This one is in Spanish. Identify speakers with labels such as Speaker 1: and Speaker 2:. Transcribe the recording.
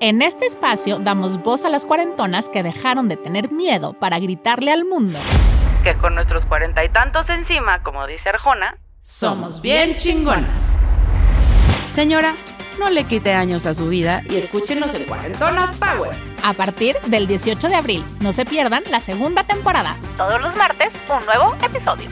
Speaker 1: En este espacio damos voz a las cuarentonas que dejaron de tener miedo para gritarle al mundo.
Speaker 2: Que con nuestros cuarenta y tantos encima, como dice Arjona,
Speaker 3: somos bien chingonas.
Speaker 2: Señora, no le quite años a su vida y escúchenos en Cuarentonas Power.
Speaker 1: A partir del 18 de abril, no se pierdan la segunda temporada.
Speaker 2: Todos los martes, un nuevo episodio.